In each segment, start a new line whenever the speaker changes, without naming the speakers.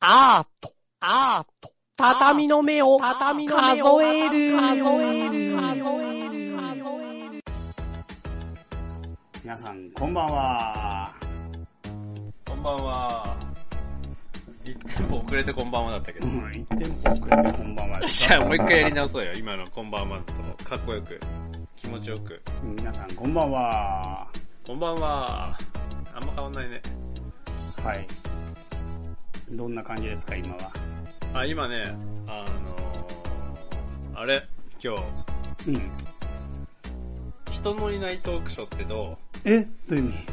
アート、アート、畳の目を
畳の
数
目を
える、
数える
皆さん、こんばんは。
こんばんは。一店舗遅れてこんばんはだったけ
う
ど。
ん、一店舗遅れてこんばんは。
じゃあもう一回やり直そうよ。今のこんばんはのとこかっこよく。気持ちよく。
皆さん、こんばんは。
こんばんは。あんま変わんないね。
はい。どんな感じですか、今は。
あ、今ね、あのー、あれ、今日、
うん。
人のいないトークショーってど
えどういう意味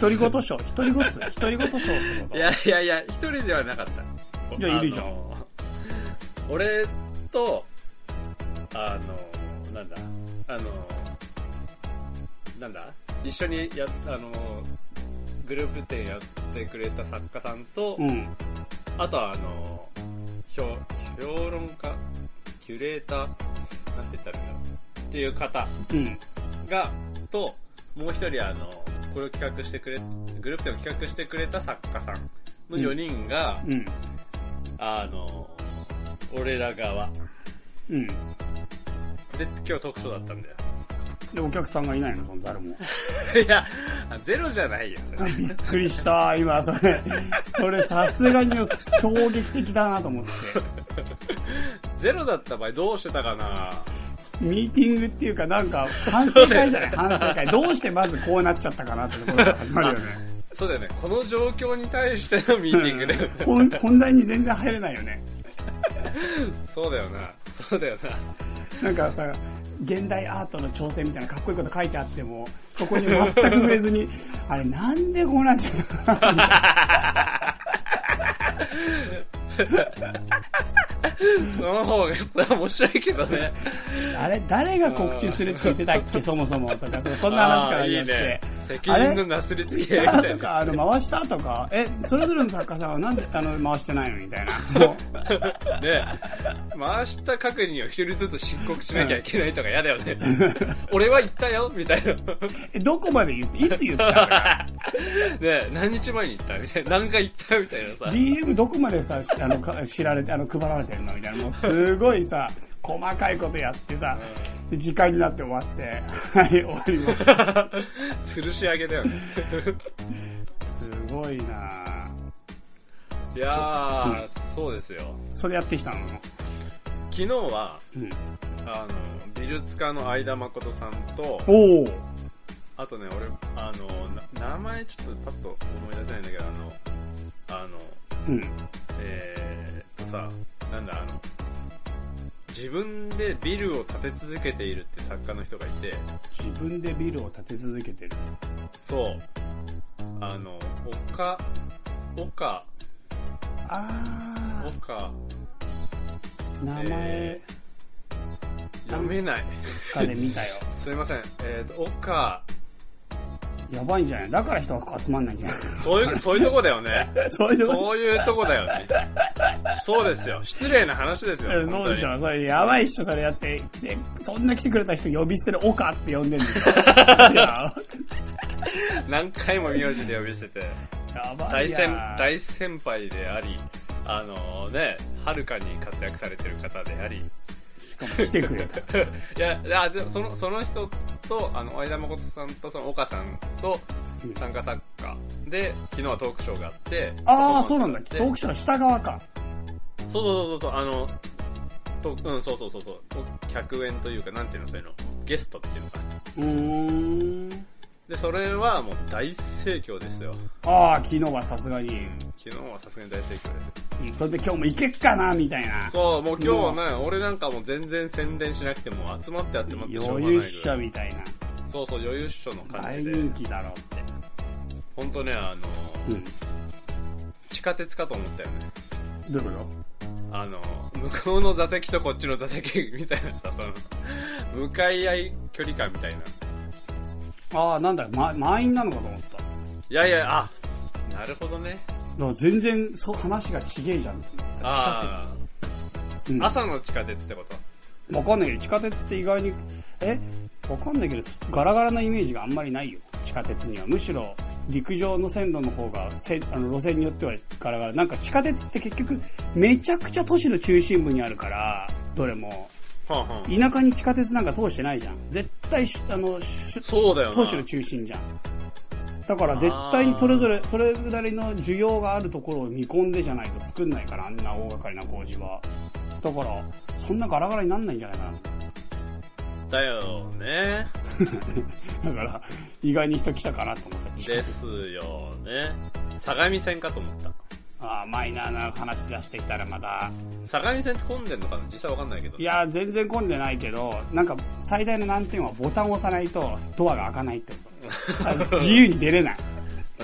独り言賞独り言独り言賞ってこと
ういやいやいや、一人ではなかった。
じゃあいるじゃん
ん。俺と、あのー、なんだ、あのー、なんだ、一緒にや、あのー、グループ展やってくれた作家さんと、
うん。
あとはあのー、評評論家、キュレーター、なんて言ったらいいんだろう、っていう方
うん。
が、と、もう一人あの、これを企画してくれ、グループ展を企画してくれた作家さんの4人が、
うん。
あの、俺ら側。
うん。
で、今日特賞だったんだよ。
で、お客さんがいないの、その誰も。
いや、あゼロじゃないよ、それ。
びっくりした、今、それ。それ、さすがに衝撃的だなと思って。
ゼロだった場合どうしてたかな
ミーティングっていうか、なんか、反省会じゃない反省会。どうしてまずこうなっちゃったかなってところが始まるよね。
そうだよね。この状況に対してのミーティングだよね。
本本題に全然入れないよね。
そうだよな。そうだよな。
なんかさ、現代アートの挑戦みたいなかっこいいこと書いてあっても、そこに全く触れずに、あれなんでこうなっちゃったのかな
その方がそれは面白いけ どね。
あれ誰が告知するって言ってたっけ、そもそもとか、そそんな話から
あー
によ
い
っ
い
て。
ね。責任のなすりつけ合いみた
と
い
か、あ
な。
の、回したとか、え、それぞれの作家さんはなんで、あの、回してないのみたいな。もう
ね回した確認を一人ずつ申告しなきゃいけないとか嫌だよね。俺は言ったよ、みたいな。
え、どこまで言って、いつ言ったのかな
ね何日前に行ったみたいな。何回行ったみたいなさ。
DM どこまでさ、あの、か知られて、あの、配られてるのみたいな、もうすごいさ、細かいことやってさ、で時間になって終わって、はい、終わりました。
吊るし上げだよね。
すごいなぁ
いやー、そうですよ。
それやってきたの
昨日は、
うん。
あの、美術家の相田誠さんと、
おお
あとね、俺、あの、な名前ちょっとパッと思い出せないんだけど、あの、あの、
うん。
えー、っとさ、なんだ、あの、自分でビルを建て続けているって作家の人がいて、
自分でビルを建て続けてる。
そう、あの、岡、岡、
あ
岡、
ー、名前
えー読めない。
かで見たよ。
すいません。えっ、と、岡、
やばいんじゃないだから人は集まんないんじゃ ない
そういう、そういうとこだよね。
そういうこと
そういうとこだよね。そうですよ。失礼な話です
え
よ。
そうでし
本
ょそれやばいっしょそれやって。せそんな来てくれた人呼び捨てでオカって呼んでん でしょじゃあ
当に何回も名字で呼び捨てて。
やば
大
いや
先、大先輩であり、あのね、はるかに活躍されてる方であり。
しかも来てくれた。
いや、いやでもその、その人と、あの、相田誠さんと、その、岡さんと
うん、
参加作家で、昨日はトークショーがあって。
ああ、そうなんだ。
で
トークショーの下側か。
そうそうそうそう、あの、と、うん、そうそうそうそう。客演というか、なんていうの、そういうの。ゲストっていうのか。
うーん。
で、それはもう大盛況ですよ。
ああ、昨日はさすがに。
昨日はさすがに大盛況ですよ。
うんそれで今日も行けっかな、みたいな。
そう、もう今日はね、俺なんかもう全然宣伝しなくても、集まって集まってしょうがない
余
ぐ
裕
ら
っ
い。
しょ、みたいな。
そうそう、余裕っしょの感
大
じで。
人気だろうって。
ほんとね、あの、
うん。
地下鉄かと思ったよね。
どういうこ
あの、向こうの座席とこっちの座席みたいなさ、その、向かい合い距離感みたいな。
とああ、なんだ、ま、満員なのかと思った。だか
いやいや、あ、なるほどね。
ら全然、そう、話がちげえじゃん。
ああ、
うん
朝の地下鉄ってこと
わかんないけど、地下鉄って意外に、えわかんないけど、ガラガラなイメージがあんまりないよ。地下鉄には。むしろ、陸上の線路の方がせあの路線によってはからがなんか地下鉄って結局めちゃくちゃ都市の中心部にあるからどれも
はんはん。
田舎に地下鉄なんか通してないじゃん絶対しあのし
そうだよな
都市の中心じゃんだから絶対にそれぞれそれなりの需要があるところを見込んでじゃないと作んないからあんな大掛かりな工事はだからそんなガラガラになんないんじゃないかな
だよね。
だから、意外に人来たかなと思った。
ですよね。相模線かと思った。
ああ、マイナーな話出してきたらまた。
相模線って混んでんのかな実際わかんないけど。
いや、全然混んでないけど、なんか最大の難点はボタンを押さないとドアが開かないってこと。あ自由に出れない。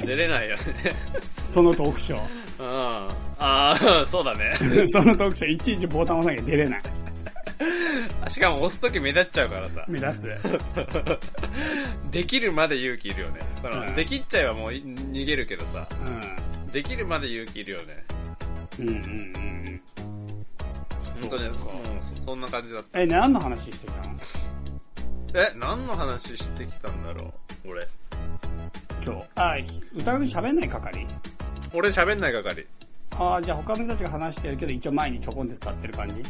出れないよね。
そのトークショ
うん。ああ、そう だね。
ー。そのトークショー、いちいちボタン押さなきゃ出れない。
しかも押すとき目立っちゃうからさ。
目立つ。
できるまで勇気いるよね。その、
うん
できっちゃえばもうい逃げるけどさ。できるまで勇気いるよね。
うん。うんうんうんうん。
本当に、うん、そそんな感じだっ
え、何の話してたの
た。え、何の話してきたんだろう俺。
今日。ああ、ひ歌う喋んない係
俺喋んない係。
ああ、じゃあ他の人たちが話してるけど、一応前にちょこんで座ってる感じ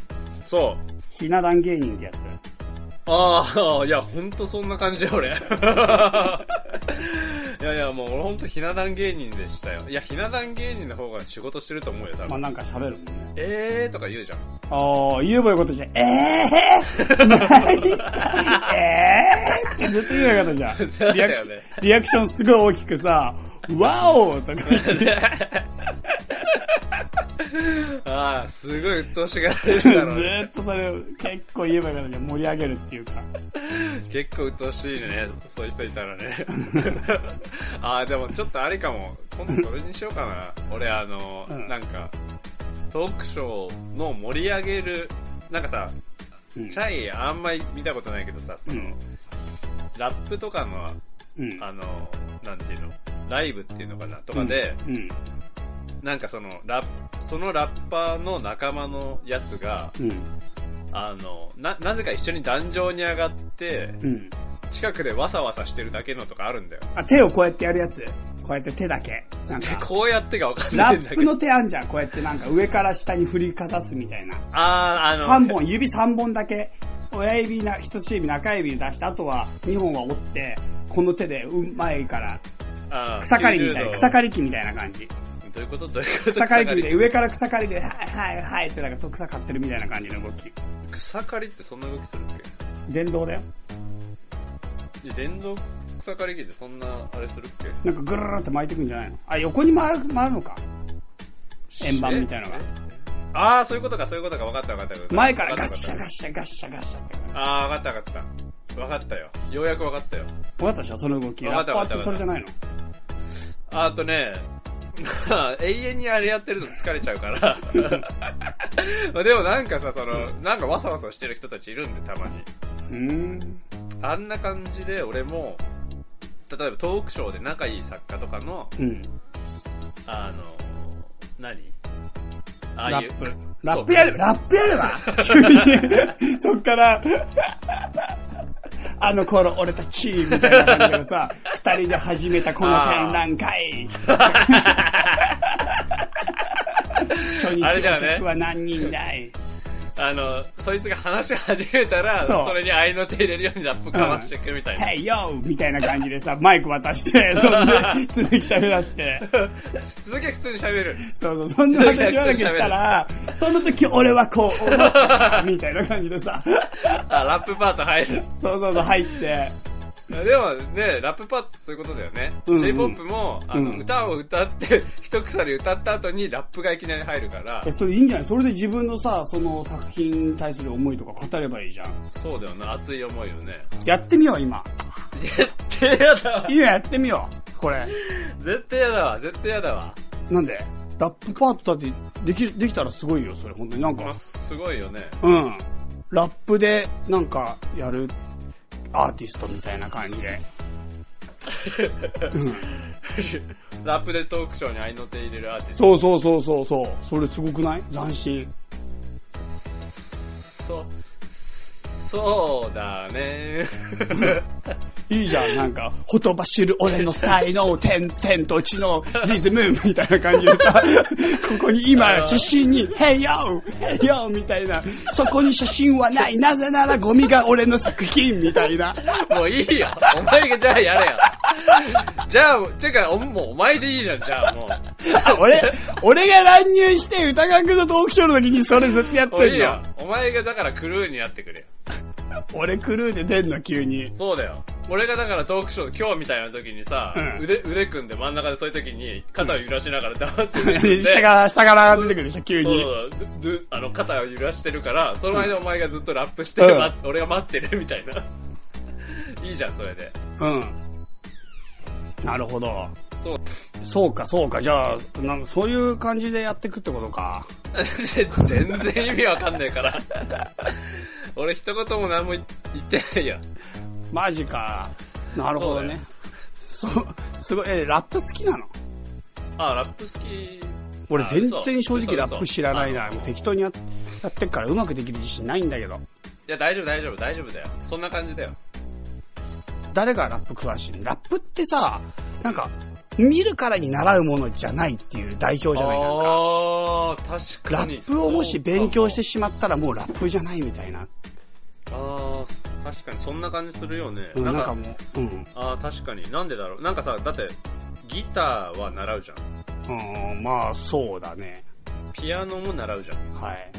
そう。
ひな壇芸人ってやつ。
ああ、いや、ほんとそんな感じだよ、俺。 いやいや、もう俺ほんとひな壇芸人でしたよ。いや、ひな壇芸人の方が仕事してると思うよ、多
まあ
分。
なんか喋るもんね。
えーとか言うじゃん。
ああ、言えばよかったじゃん。えぇ、 ー、マジっすかえぇ、ー、ってずっと言えばよかったじゃん。リアクション、
だよね
リアクションすごい大きくさ、ワオとか言って、
ああ、すごい鬱陶しがられる
ず
だろう ね。
ーっとそれを結構言えばよかったじゃん。盛り上げるっていうか。
結構鬱陶しいね、そういう人いた らね。ああ、でもちょっとありかも。今度それにしようかな。俺、あの、
うん
なんか、トークショーの盛り上げる、なんかさ、
うん
チ。ャイあんまり見たことないけどさ、その、
うん
ラップとかの、
うん。
あの、なんていうの、ライブっていうのかな、とかで、
うん、うん。
なんかその、ラップそのラッパーの仲間のやつが、
うん。
あの、な、なぜか一緒に壇上に上がって、
うん。
近くでわさわさしてるだけのとかあるんだよ。
あ、手をこうやってやるやつ。こうやって手だけ。なん
で、
か、
こうやってがわかんな
ラ
いんだ
ッ
け
プ
ど。
の手あんじゃん。こうやってなんか上から下に振りかざすみたいな。
あー、あの、
3本、指3本だけ、親指な、人差し指、中指出して、あとは2本は折って、この手で、うまいから、
あー
草刈りみたい
90
な、
度
草刈り機みたいな感じ。
どういうことどういうこと
草刈り機みたい
草
な、上から草刈りで、はいはいはいってなんか草刈ってるみたいな感じの動き。
り草刈りってそんな動きするっ
電動だよ。
けいや電動草刈り機ってそんな、あれするっけ
なんかぐるーって巻いてくんじゃないのあ、横に回る、回るのか。円盤みたいなのが
え。ああ、そういうことか、そういうことか、分かった分かった分かった。
前から
分
ガッ
った
シャガッシャガッシャガッシャって感じ。
ああ、分かった分かった。分かったよ。ようやく分かったよ。
わかったでしょその動き。
わか
ラ
っ
ッパ
た
ーって
わ
そ
かった
れじゃないの
あとね、 まあ永遠にあれやってると疲れちゃ うから。 まあでもなんかさ、その、なんかわさわさしてる人たちいるんで、たまに。
うーん。
あんな感じで、俺も、例えばトークショーで仲いい作家とかの、
うん。
あの、何ああ
ラ
いう
ッ、プ。ラップやれば、ラップやれば急 に、そっから、あの頃俺たち、みたいな感じでさ、二人で始めたこの展覧会。初日
あれだよ
の
ね
客は何人だい、
あの、そいつが話し始めたら、
そ
そうれに合いの手入れるようにラップかましていくみたいな。
?Hey yo! みたいな感じでさ、マイク渡して、そんで、続き喋らして。
続きは普通に喋る。
そうそう、そんな話しわけしたら、その時俺はこう思ってさ、みたいな感じでさ、
あ、ラップパート入る。
そうそうそう、入って、
でもね、ラップパートそういうことだよね。
うんうん
J-POP も、あの、
うん
歌を歌って、 一鎖歌った後にラップがいきなり入るから
え、、それいいんじゃないそれで自分のさ、その作品に対する思いとか語ればいいじゃん。
そうだよな、熱い思いよね。
やってみよう、今。
絶対やだわ。
今やってみよう。これ。
絶対やだわ、絶対やだわ。
なんでラップパートだって、できる、できたらすごいよ、それ、本当に。なん
まあ、
か、
すごい よね。
うん。ラップで、なんか、やる、アーティストみたいな感じで。
ラップでトークショーに合いの手入れるアーティス
そうそうそうそうそう。それすごくない斬新。
ト。そう。そうだね。
いいじゃん、なんか、ほとばしる俺の才能、点々と地のリズム、みたいな感じで さ、ここに今、写真に、Hey yo! Hey yo! みたいな、そこに写真はない、なぜならゴミが俺の作品、みたい な。
もういいよ。お前がじゃあやれよ。じゃあ、てか、おもうお前でいいじゃん、じゃあもう。
あ俺、俺が乱入して、歌川くんのトークショーの時にそれずっとやっ
もう
て
い
ん
いよ
の。。
お前がだからクルーになってくれよ。
俺クルーで出んの、急 に。
そうだよ。俺がだからトークショー今日みたいな時にさ、
うん
腕、腕組んで真ん中でそういう時に肩を揺らしながら黙って腕 組んで
下から、下から出てくるでしょ、急
そ
に。
うそうそうずずあの肩を揺らしてるからその間お前がずっとラップして、
うん
ま俺が待ってるみたいな いいじゃんそ れで
うん。なるほど。
そう
そうか、そうか。じゃあ、なんかそういう感じでやってくってことか。
全然意味わかんないから俺一言も何も言ってないよ
マジか。なるほどね。そう、すごい、え、ラップ好きなの
あラップ好き
俺
あ
全
嘘
然正直
嘘
ラップ知らないな。
あ
もう適当にややってっからうまくできる自信ないんだけど。
いや大丈夫大丈夫大丈夫だよそんな感じだよ
誰がラップ詳しいのラップってさ、なんか、見るからに習うものじゃないっていう代表じゃないなんか。
あー確か
ラ
に
ップをもし勉強して
し
しまったらもうラップじゃないみたいな。
あー確かにそんな感じするよね、
うん、
なん
なん
か
かもう、うん。
あー確かになんでだろうなんかさだってギターは習うじゃん
うん、まあそうだね。
ピアノも習うじゃん
はい。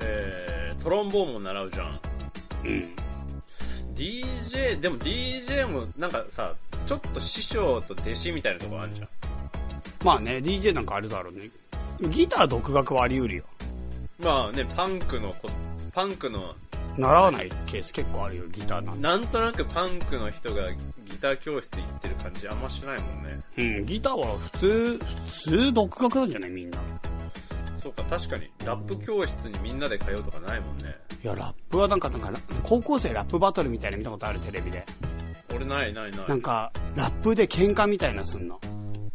えー、トロンボーンも習うじゃん。
うん。
DJ、でも DJ もなんかさ、ちょっと師匠と弟子みたいなとこあるじゃん。
まあね、DJ なんかあるだろうね。ギター独学はあり得るよ。
まあね、パンクのこ、パンクの、
習わないケース結構あるよ、ギターなんて。
なんとなくパンクの人がギター教室行ってる感じあんましないもんね。
うん、ギターは普通、普通独学なんじゃないみんな。い
そうか、確かに。ラップ教室にみんなで通うとかないもんね。
や、ラップはなんか、なんか、高校生ラップバトルみたいなの見たことあるテレビで。
俺ないないな
ないん。か、ラップで喧嘩みたいなすんの。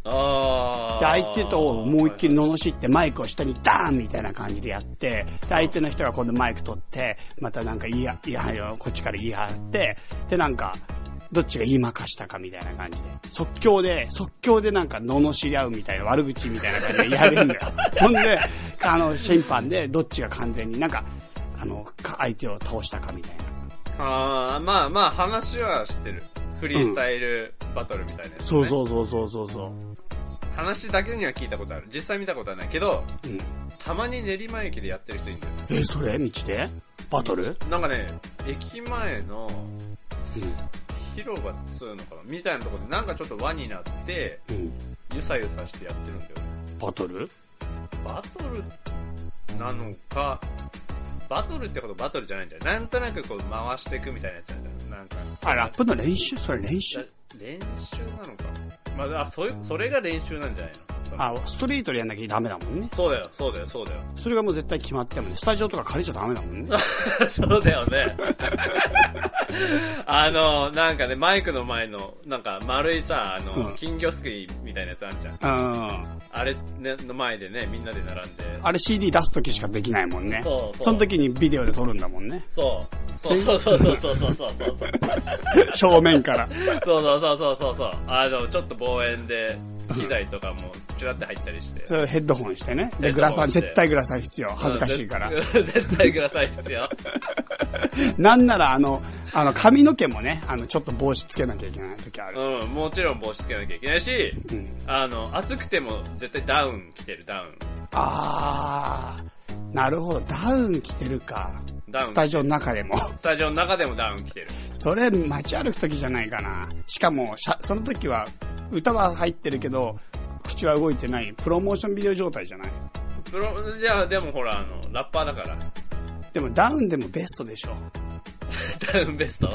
あー。
で、相手と思いっきり罵ってマイクを下にダーンみたいな感じでやって、で、相手の人が今度マイク取って、またなんか言いや、いや、こっちから言い張って、で、なんか、どっちが言いまかしたかみたいな感じで、即興で、即興でなんか罵り合うみたいな悪口みたいな感じでやるんだ よ。そんで、あの、審判でどっちが完全になんか、あの、か相手を倒したかみたいな。
あー、まあまあ話は知ってる。フリースタイルバトルみたいなやつね、
そうそうそうそうそうそう。
話だけには聞いたことある実際見たことはないけど
うん。
たまに練馬駅でやってる人いるんだよ
え、それ道でバトル
なんかね駅前の広場っつうのかなみたいなところでなんかちょっと輪になって
うん。うん。
ゆさゆさしてやってるんだよ
バトル
バトルなのかバトルってことバトルじゃないんだよなんとなくこう回していくみたいなやつなんだよなんか
あ、ラップの練習それ練習
練習なのかまああそういうそれが練習なんじゃないの
あ、ストリートでやんなきゃダメだもんね。
そうだよそうだよそうだよ
それがもう絶対決まってもね、スタジオとか借りちゃダメだも んね。
そうだよね。 あの、なんかね、マイクの前の、なんか丸いさ、あ
う
の、
ん
金魚すくいみたいなやつあんじゃん。
うん。
あれ、ね、の前でね、みんなで並んで。
あれ CD 出すときしかできないもんね。
そうそう
の時にビデオで撮るんだもんね。
そう。そうそうそうそうそうそうそうそう。
正面から。
そうそうそうそうそうそう。あの、ちょっと望遠で、機材とかも、ちらって入ったりして。
そうヘッドホンしてね。
ヘ
で、
ッ
グ
ド
ラ
ホ
サ
ン
ン、
して
絶対グラサン必要。恥ずかしいから。
絶絶対くださいですよ。
なんならあの、あの、髪の毛もね、あの、ちょっと帽子つけなきゃいけない時ある。
うん、もちろん帽子つけなきゃいけないし、
うん。
あの、暑くても絶対ダウン着てる、ダウン。
あー、なるほど。ダウン着てるか。
ダウン
スタジオの中でも。
スタジオの中でもダウン着てる。
それ街歩く時じゃないかなしかもしゃその時は歌は入ってるけど口は動いてないプロモーションビデオ状態じゃない
プロ、じゃあでもほら、あの、ラッパーだから。
でもダウンでもベストでしょ
ダウンベスト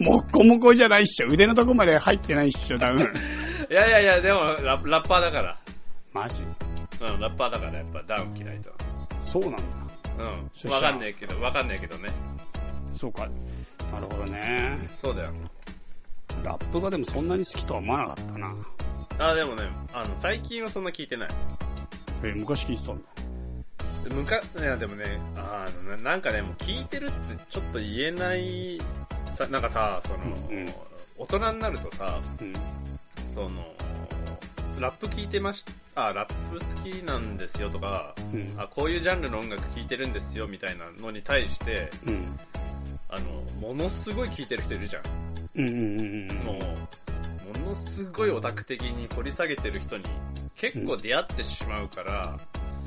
もっこもこじゃないっしょ腕のとこまで入ってないっしょダウン
いやいやいや、でもラ、ラッパーだから。
マジ
うん、ラッパーだからやっぱダウン着ないと。
そうなんだ
う
そ
ん。
う
わかんないけど、わかんないけどね。
そうかなるほどね
そうだよ。
ラップがでもそんなに好きとは思わなかったな
あ、でもね、あの、最近はそんな聞いてない。
え昔聞いてたんだ
むか、いやでもね、あの、ななんかね、もう聞いてるってちょっと言えないさ、なんかさ、その、
うんうん
大人になるとさ、
うん。
その、ラップ聞いてました、あ、ラップ好きなんですよとか、
うん。
あ、こういうジャンルの音楽聞いてるんですよみたいなのに対して、
うん。
あの、ものすごい聞いてる人いるじゃん。
うん。うん。うん。うん。
もう、ものすごいオタク的に掘り下げてる人に結構出会ってしまうから、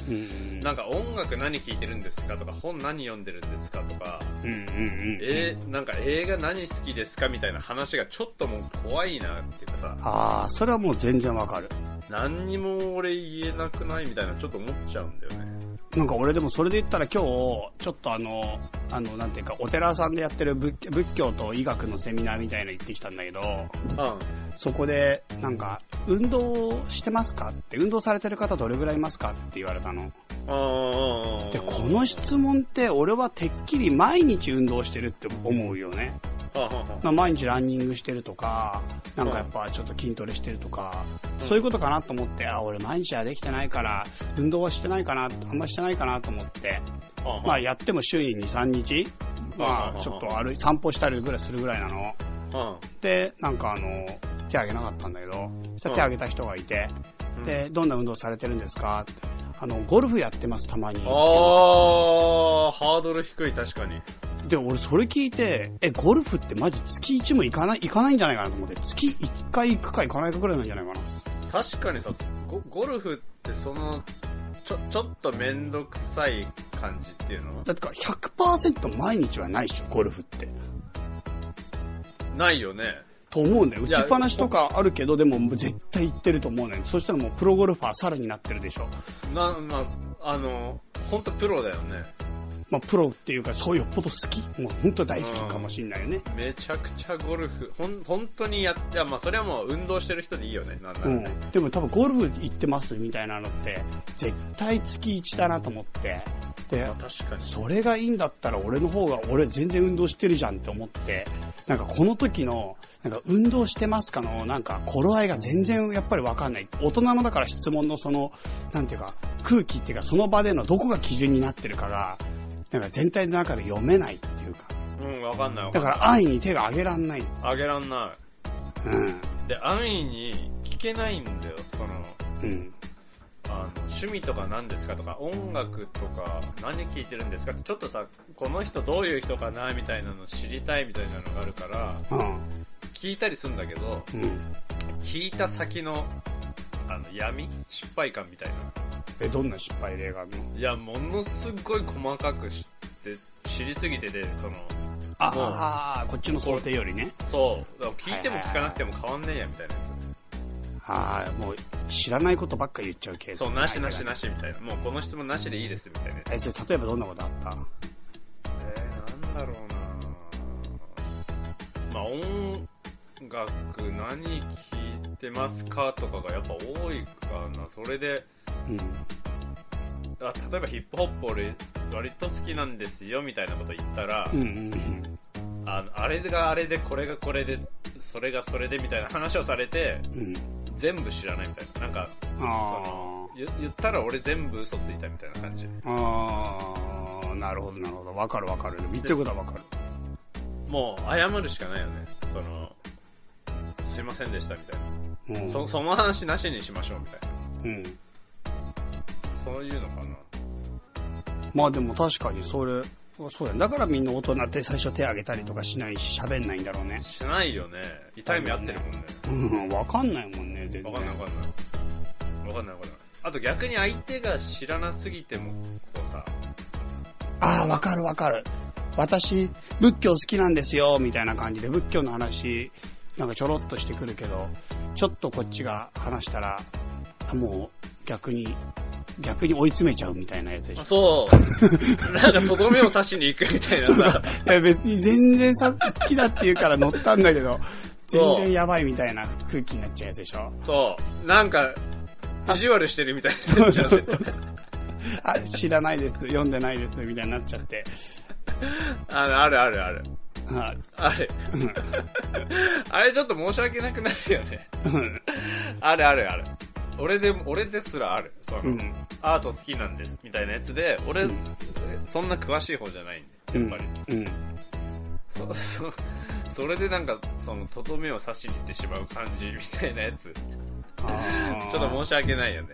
うん。
なんか音楽何聴いてるんですかとか、本何読んでるんですかとか、
うん。うん。
えーなんか映画何好きですかみたいな話がちょっともう怖いなっていうかさ、
ああ、それはもう全然わかる。
何にも俺言えなくないみたいなちょっと思っちゃうんだよね。
なんか俺でもそれで言ったら今日、ちょっとあの、あの、なんていうか、お寺さんでやってる仏仏教と医学のセミナーみたいなの行ってきたんだけど、
う
そこで、なんか、運動してますかって、運動されてる方どれぐらいいますかって言われたの。
ん。ああ。
で、この質問って俺はてっきり毎日運動してるって思うよね。
あはは
まあ、毎日ランニングしてるとか、なんかやっぱちょっと筋トレしてるとか、そういうことかなと思って、あ、俺毎日はできてないから、運動はしてないかな、あんましてないかなと思って、
あは
まあやっても週に2、3日、ま
うん
あちょっと歩い、散歩したりぐらいするぐらいなの。で、なんかあの、手挙げなかったんだけど、そしたら手挙げた人がいて、
うん
で、どんな運動されてるんですかって。あの、ゴルフやってます、たまに。
ああ、ハードル低い確かに。
で、俺それ聞いて、え、ゴルフってマジ月1も行かない、行かないんじゃないかなと思って、月1回行くか行かないかぐらいなんじゃないかな。
確かにさ、ゴゴルフってその、ちょ、ちょっとめんどくさい感じっていうのは
だってか、100%毎日はないでしょ、ゴルフって。
ないよね。
と思うんだよ。打
いや
ちっぱなしとかあるけど、でも絶対行ってると思うね。そしたらもうプロゴルファーさらになってるでしょ。
な、まあ、あの、本当プロだよね。
まあ、プロっていうか、そうよっぽど好き。もう本当大好きかもしんないよね。
めちゃくちゃゴルフ、ほん、本当にやって、いやまあそれはもう運動してる人でいいよね、なんだ
う
ろ
ん
ね。。
でも多分ゴルフ行ってますみたいなのって、絶対月1だなと思って。で、
確かに。
それがいいんだったら俺の方が俺全然運動してるじゃんって思って、なんかこの時の、なんか運動してますかの、なんか頃合いが全然やっぱりわかんない。大人のだから質問のその、なんていうか、空気っていうかその場でのどこが基準になってるかが、なんか全体の中で読めないっていうか。
うん、わかんないわか
だ
ん
から安易に手が挙げらんない。
ない。あげらんな
うん。
い。で、安易に聞けないんだよ、その、
うん。
あの、趣味とか何ですかとか、音楽とか、何聴いてるんですかって、ちょっとさ、この人どういう人かな、みたいなの知りたいみたいなのがあるから、
うん。
聞いたりするんだけど、
うん。
聞いた先の、あの、闇失敗感みたいな。
え、どんな失敗例があるの
いや、ものすごい細かく知って、知りすぎてて、その、
ああ、こっちの想定よりね。
そう、だから聞いても聞かなくても変わんねえや、みたいなや
ああ、もう知らないことばっか言っちゃうケース。
つ。そう、なしなし
相手がね
なしみたいな。もうこの質問なしでいいです、みたいなやつ。
え、それ例えばどんなことあった
えー、なんだろうなまあ、音楽何聴いてますかとかがやっぱ多いかな。それで、
うん。
あ例えばヒップホップ俺割と好きなんですよ、みたいなこと言ったら、
うんうんうん
あのあれがあれで、これがこれで、それがそれでみたいな話をされて、
うん。
全部知らないみたいな。なんか、
あ
言言ったら俺全部嘘ついたみたいな感じ。
あ。ああ。なるほど、なるほど。わかるわかる。でも言ってることはわかる。
もう謝るしかないよね。その、すいませんでしたみたいな。
うん。
そその話なしにしましょうみたいな。
うん。
そういうのかな。
まあでも確かにそれ、そうやん。だからみんな大人って最初手挙げたりとかしないし、喋んないんだろうね。
しないよね。痛い目合ってるもんね。
うん。わかんないもんね、全然。
わかんないわかんない。わかんないわかんない。あと逆に相手が知らなすぎても、こうさ、
ああ、わかるわかる。私、仏教好きなんですよ、みたいな感じで、仏教の話、なんかちょろっとしてくるけど、ちょっとこっちが話したら、あもう逆に、逆に追い詰めちゃうみたいなやつでしょ。
そう。なんかとどめを刺しに行くみたいなさ。
いや別に全然さ好きだって言うから乗ったんだけど、
そう
全然やばいみたいな空気になっちゃうやつでし ょ。
そう。なんか、意地悪してるみたい
そう
な
そ。うそうあ、知らないです、読んでないです、みたいになっちゃって。
あのあるあるある。
あ
あれ。 あれちょっと申し訳なくなるよね。あるあるある。俺でも、俺ですらある。その、
うん
アート好きなんです、みたいなやつで、俺、そんな詳しい方じゃないんで、やっぱり。
うん。
そそそれでなんかそのとどめを刺しに行ってしまう感じみたいなやつ
あー
ちょっと申し訳ないよね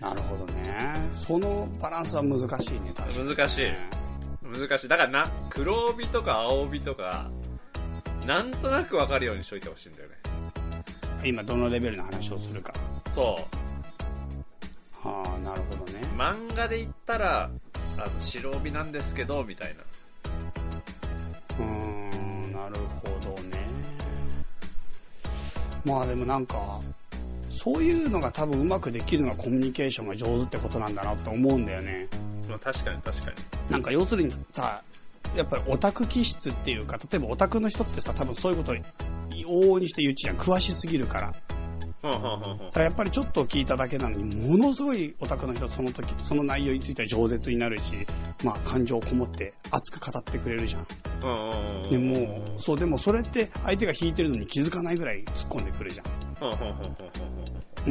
なるほどね。そのバランスは難しいね、確かに。
難しい難しいだからな黒帯とか青帯とかなんとなく分かるようにしといてほしいんだよね
今どのレベルの話をするか。
そう
はあ、なるほどね。
漫画で言ったらあの白帯なんですけどみたいな
うーん、なるほどね。まあでもなんか、そういうのが多分うまくできるのがコミュニケーションが上手ってことなんだなと思うんだよね。
まあ、確かに確かに
なんか要するにさ、やっぱりオタク気質っていうか、例えばオタクの人ってさ、多分そういうことを往々にして言うじゃん。詳しすぎるから。
ほうほうほうほう
ただやっぱりちょっと聞いただけなのに、ものすごいオタクの人、その時、その内容については饒舌になるし、まあ感情こもって熱く語ってくれるじゃん。
うんうんうん
でもう、そう、でもそれって相手が引いてるのに気づかないぐらい突っ込んでくるじゃん。
ほうほうほうほうほう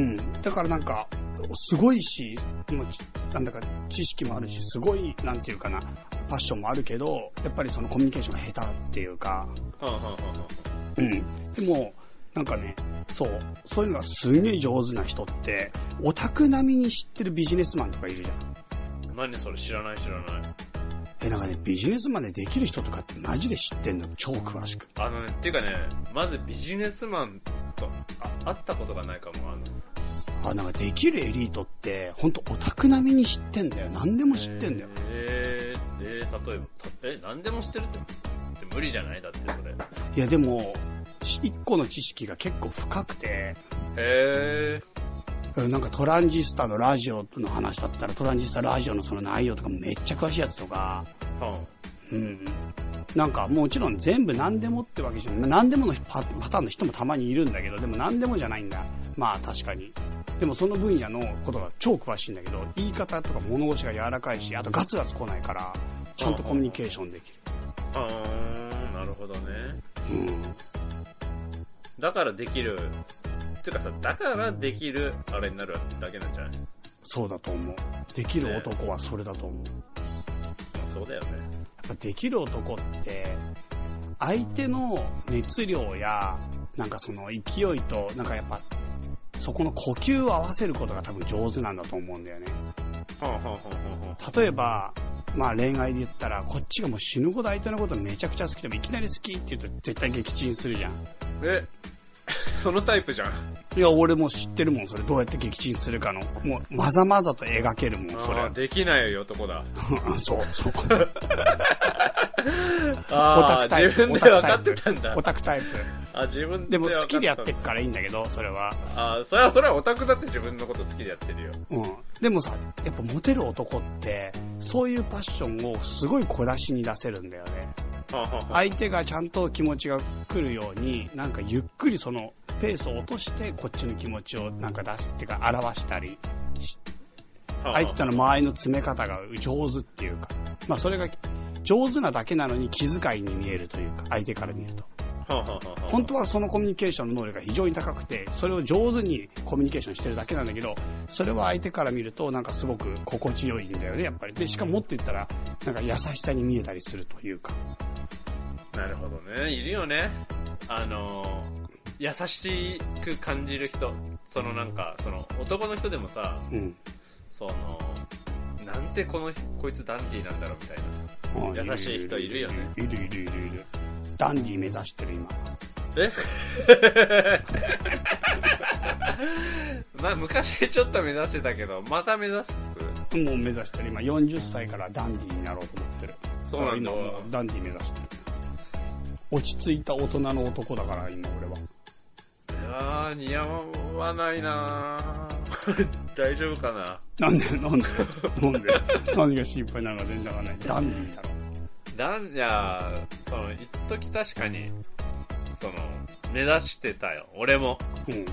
うん。だからなんか、すごいし、もうちなんだか知識もあるし、すごい、なんていうかな、パッションもあるけど、やっぱりそのコミュニケーションが下手っていうか、
ほうほうほうほうほう
うん。でも、なんかね、そう、そういうのがすんげえ上手な人って、オタク並みに知ってるビジネスマンとかいるじゃん。
何それ知らない知らない
え、なんかね、ビジネスマンでできる人とかってマジで知ってんの、超詳しく。
あのねっていうかねまずビジネスマンとあ会ったことがないかもあの
あ、なんかできるエリートって、ほんとオタク並みに知ってんだよ。何でも知ってんだよ。
えー、えー、例えばたえ何でも知ってるってって無理じゃないだってそれへ
いや、でも、し一個の知識が結構深くて、
え
うんなんかトランジスタのラジオの話だったら、トランジスタラジオのその内容とかめっちゃ詳しいやつとか、
は
うん。なんかもちろん全部何でもってわけじゃない。何でものパパターンの人もたまにいるんだけど、でも何でもじゃないんだ。まあ確かに。でもその分野のことが超詳しいんだけど、言い方とか物腰が柔らかいし、あとガツガツ来ないから、ちゃんとコミュニケーションできる。
あはーんなるほどね
うん。
だからできるっていうかさだからできるあれになるだけなんじゃない
そうだと思う。できる男はそれだと思う。
まあそうだよね
やっぱできる男って相手の熱量やなんかその勢いとなんかやっぱそこの呼吸を合わせることが多分上手なんだと思うんだよね
はあはあはあは
例えばまあ恋愛で言ったらこっちがもう死ぬほど相手のことめちゃくちゃ好きでもいきなり好きって言うと絶対撃沈するじゃん
あえそのタイプじゃん
いや俺も知ってるもんそれどうやって撃沈するかのもうまざまざと描けるもんそれ
あーできない男だ
そうそう オタク
ああ
タイ
自
プ
分で分かってたんだ
オタクタイプ
あ自分で
でも好きでやってっ
る
からいいんだけどそれは
あそれはそれはオタクだって自分のこと好きでやってるよ
うん、でもさやっぱモテる男ってそういうパッションをすごい小出しに出せるんだよね
はあはあはあ
相手がちゃんと気持ちが来るようになんかゆっくりそのペースを落としてこっちの気持ちをなんか出すっていうか表したりし
はあ
相手との間合いの詰め方が上手っていうか、まあ、それが上手なだけなのに気遣いに見えるというか相手から見ると
はあはあはあはあ
本当はそのコミュニケーションの能力が非常に高くてそれを上手にコミュニケーションしてるだけなんだけどそれは相手から見るとなんかすごく心地よいんだよねやっぱりでしかももっと言ったらなんか優しさに見えたりするというか
なるほどねいるよねあの優しく感じる人そのなんかその男の人でもさ
うん
そのなんてこの人こいつダンディーなんだろうみたいな
うん
優しい人いるよね
いるいるいるいるダンディ目指してる今
え まあ昔ちょっと目指してたけどまた目指す
もう目指してる今40歳からダンディになろうと思ってる
そうなんだ
から今もうダンディ目指してる落ち着いた大人の男だから今俺はい
やー似合わないなー 大丈夫かな
なんでなんでなんで何が心配なのか全然わかんないダンディだろ
なんやその一時確かにその目指してたよ俺も
うん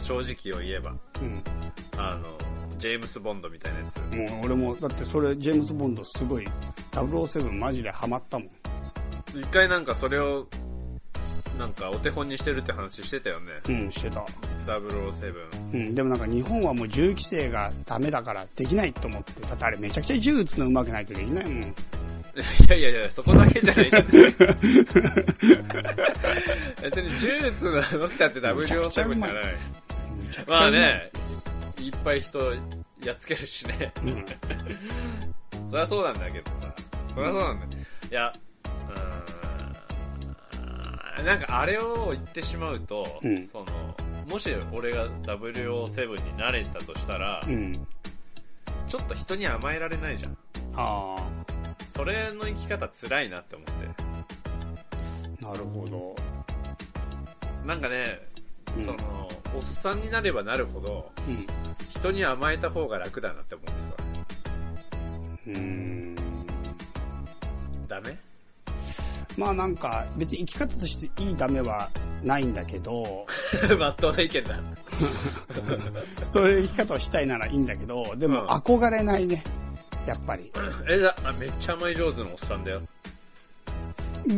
正直を言えば
う
あのジェームス・ボンドみたいなやつ
ん、もう俺もだってそれジェームズ・ボンドすごい007マジでハマったもん
一回なんかそれをなんかお手本にしてるって話してたよね
うんしてた、
007
うん、でもなんか日本はもう銃規制がダメだからできないと思ってだってあれめちゃくちゃ銃撃つの上手くないとできないもん
いやいやいや、そこだけじゃないじゃん。別にジュースなのったってダブルオタクにならない。
むちゃくちゃ
まあ
うまい
ね、いいっぱい人やっつけるしね。
うん
そりゃそうなんだけどさ。そりゃそうなんだ。いや、うーん。なんかあれを言ってしまうと、
うん
その、もし俺が WO7 になれたとしたら、
うん
ちょっと人に甘えられないじゃん。
あ
それの生き方辛いなって思って。
あなるほど
なんかね、
うん
その、おっさんになればなるほど、
うん
人に甘えた方が楽だなって思ってさ。
うーん
ダメ
まあなんか別に生き方としていいダメはないんだけ ど
まっとうな意見だ。
そういう生き方をしたいならいいんだけどで
うん
も憧れないねやっぱり
え、だ、あ、めっちゃ甘い上手のおっさんだよ。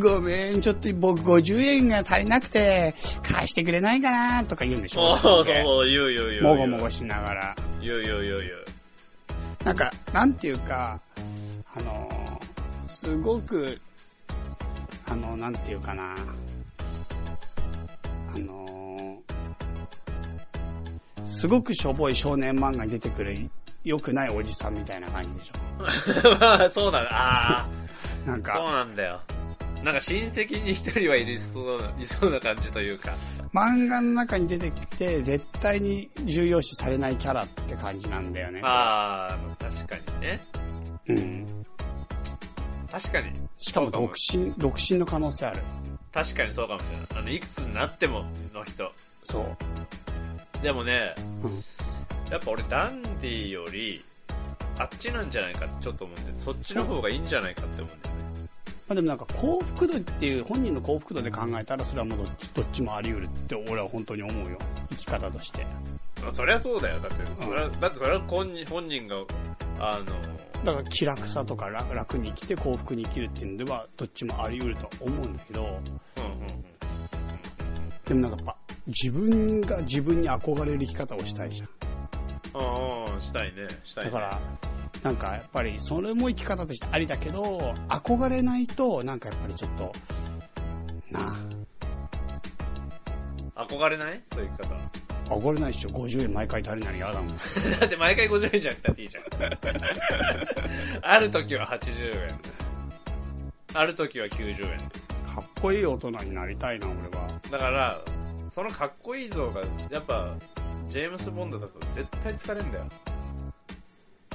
ごめんちょっと僕50円が足りなくて貸してくれないかなとか言うんでし
お
ょ
お、そう、 言う言う言う。
もごもごしながら
言う言う言う言う。
なんか、なんていうか、あのーすごく、あのなんていうかな、あのーすごくしょぼい少年漫画に出てくる良くないおじさんみたいな感じでし
まあ、そうなんだ。あ
ょ。なん
あ、そう
か、
なんだよ。なんか親戚に一人はいるそうな、いそうな感じというか。
漫画の中に出てきて、絶対に重要視されないキャラって感じなんだよね。
まあ、確かにね。
うん。
確かに。
しかも独身、独身の可能性ある。
確かにそうかもしれない。あの、いくつになってもの人。
そう。
でもね、
うん
やっぱ俺ダンディより、あっちなんじゃないかってちょっと思うんだよ。そっちの方がいいんじゃないかって思うんだよね。
まあ、でもなんか幸福度っていう本人の幸福度で考えたらそれはもうどっちどっちもあり得るって俺は本当に思うよ生き方として
まあそりゃそうだよ。だって、それは、だってそれは本人本人が、あの、
だから気楽さとか楽楽に生きて幸福に生きるっていうのではどっちもあり得るとは思うんだけど
うんうんうん。
でもなんかやっぱ自分が自分に憧れる生き方をしたいじゃん
ああ、したいね、したい、
だ
ね。
からなんかやっぱりそれも生き方としてありだけど憧れないとなんかやっぱりちょっとなあ
憧れないそういう言い
憧れないでしょ50円毎回足りないの嫌だもん
方。 だって毎回50円じゃなくたっていいじゃん。 ある時は80円。ある時は90円。
かっこいい大人になりたいな俺は
だから、そのかっこいい像が、やっぱ、ジェームス・ボンドだと絶対疲れんだよ。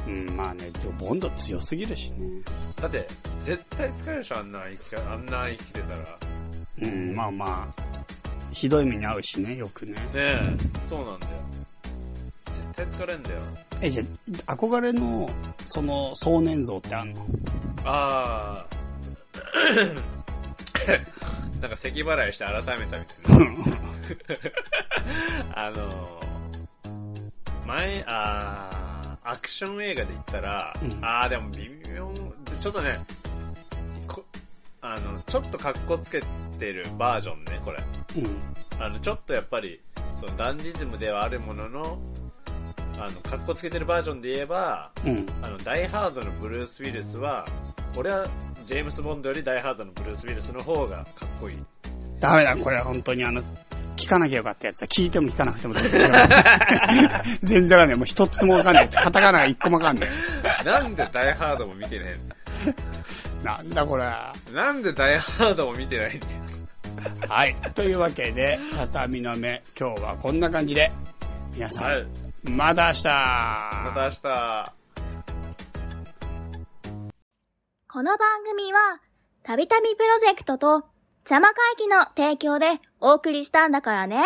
うん、まあね、でもボンド強すぎるしね。
だって、絶対疲れるでしょ、あんな生きか、あんな生きてたら。ね
うん、まあまあ、ひどい目に遭うしね、よくね。
え、そうなんだよ。絶対疲れんだよ。
え、じゃあ、憧れの、その、壮年像ってあんの
ああ。なんか咳払いして改めたみたいな。あのー、前、あーアクション映画で言ったら、
うん
ああ、でも微妙、ちょっとね、こあの、ちょっと格好つけてるバージョンね、これ。
うん。
あの、ちょっとやっぱり、そのダンディズムではあるものの、あの、格好つけてるバージョンで言えば、
うん。
あの、ダイハードのブルース・ウィルスは、俺はジェームス・ボンドよりダイハードのブルース・ウィルスの方がかっこいい。
ダメだ、これは本当にあの、聞かなきゃよかったやつだ。聞いても聞かなくてもどっちでもいい全然わかんない。もう一つもわかんない。カタカナが一個もわかんない。
なんでダイハードも見てね
なんだこれは。
えなんでダイハードも見てないんだよ
はい。というわけで、畳の目、今日はこんな感じで。皆さん、
はい。
また明日
また明日。
この番組は、たびたびプロジェクトと、邪魔会議の提供でお送りしたんだからね。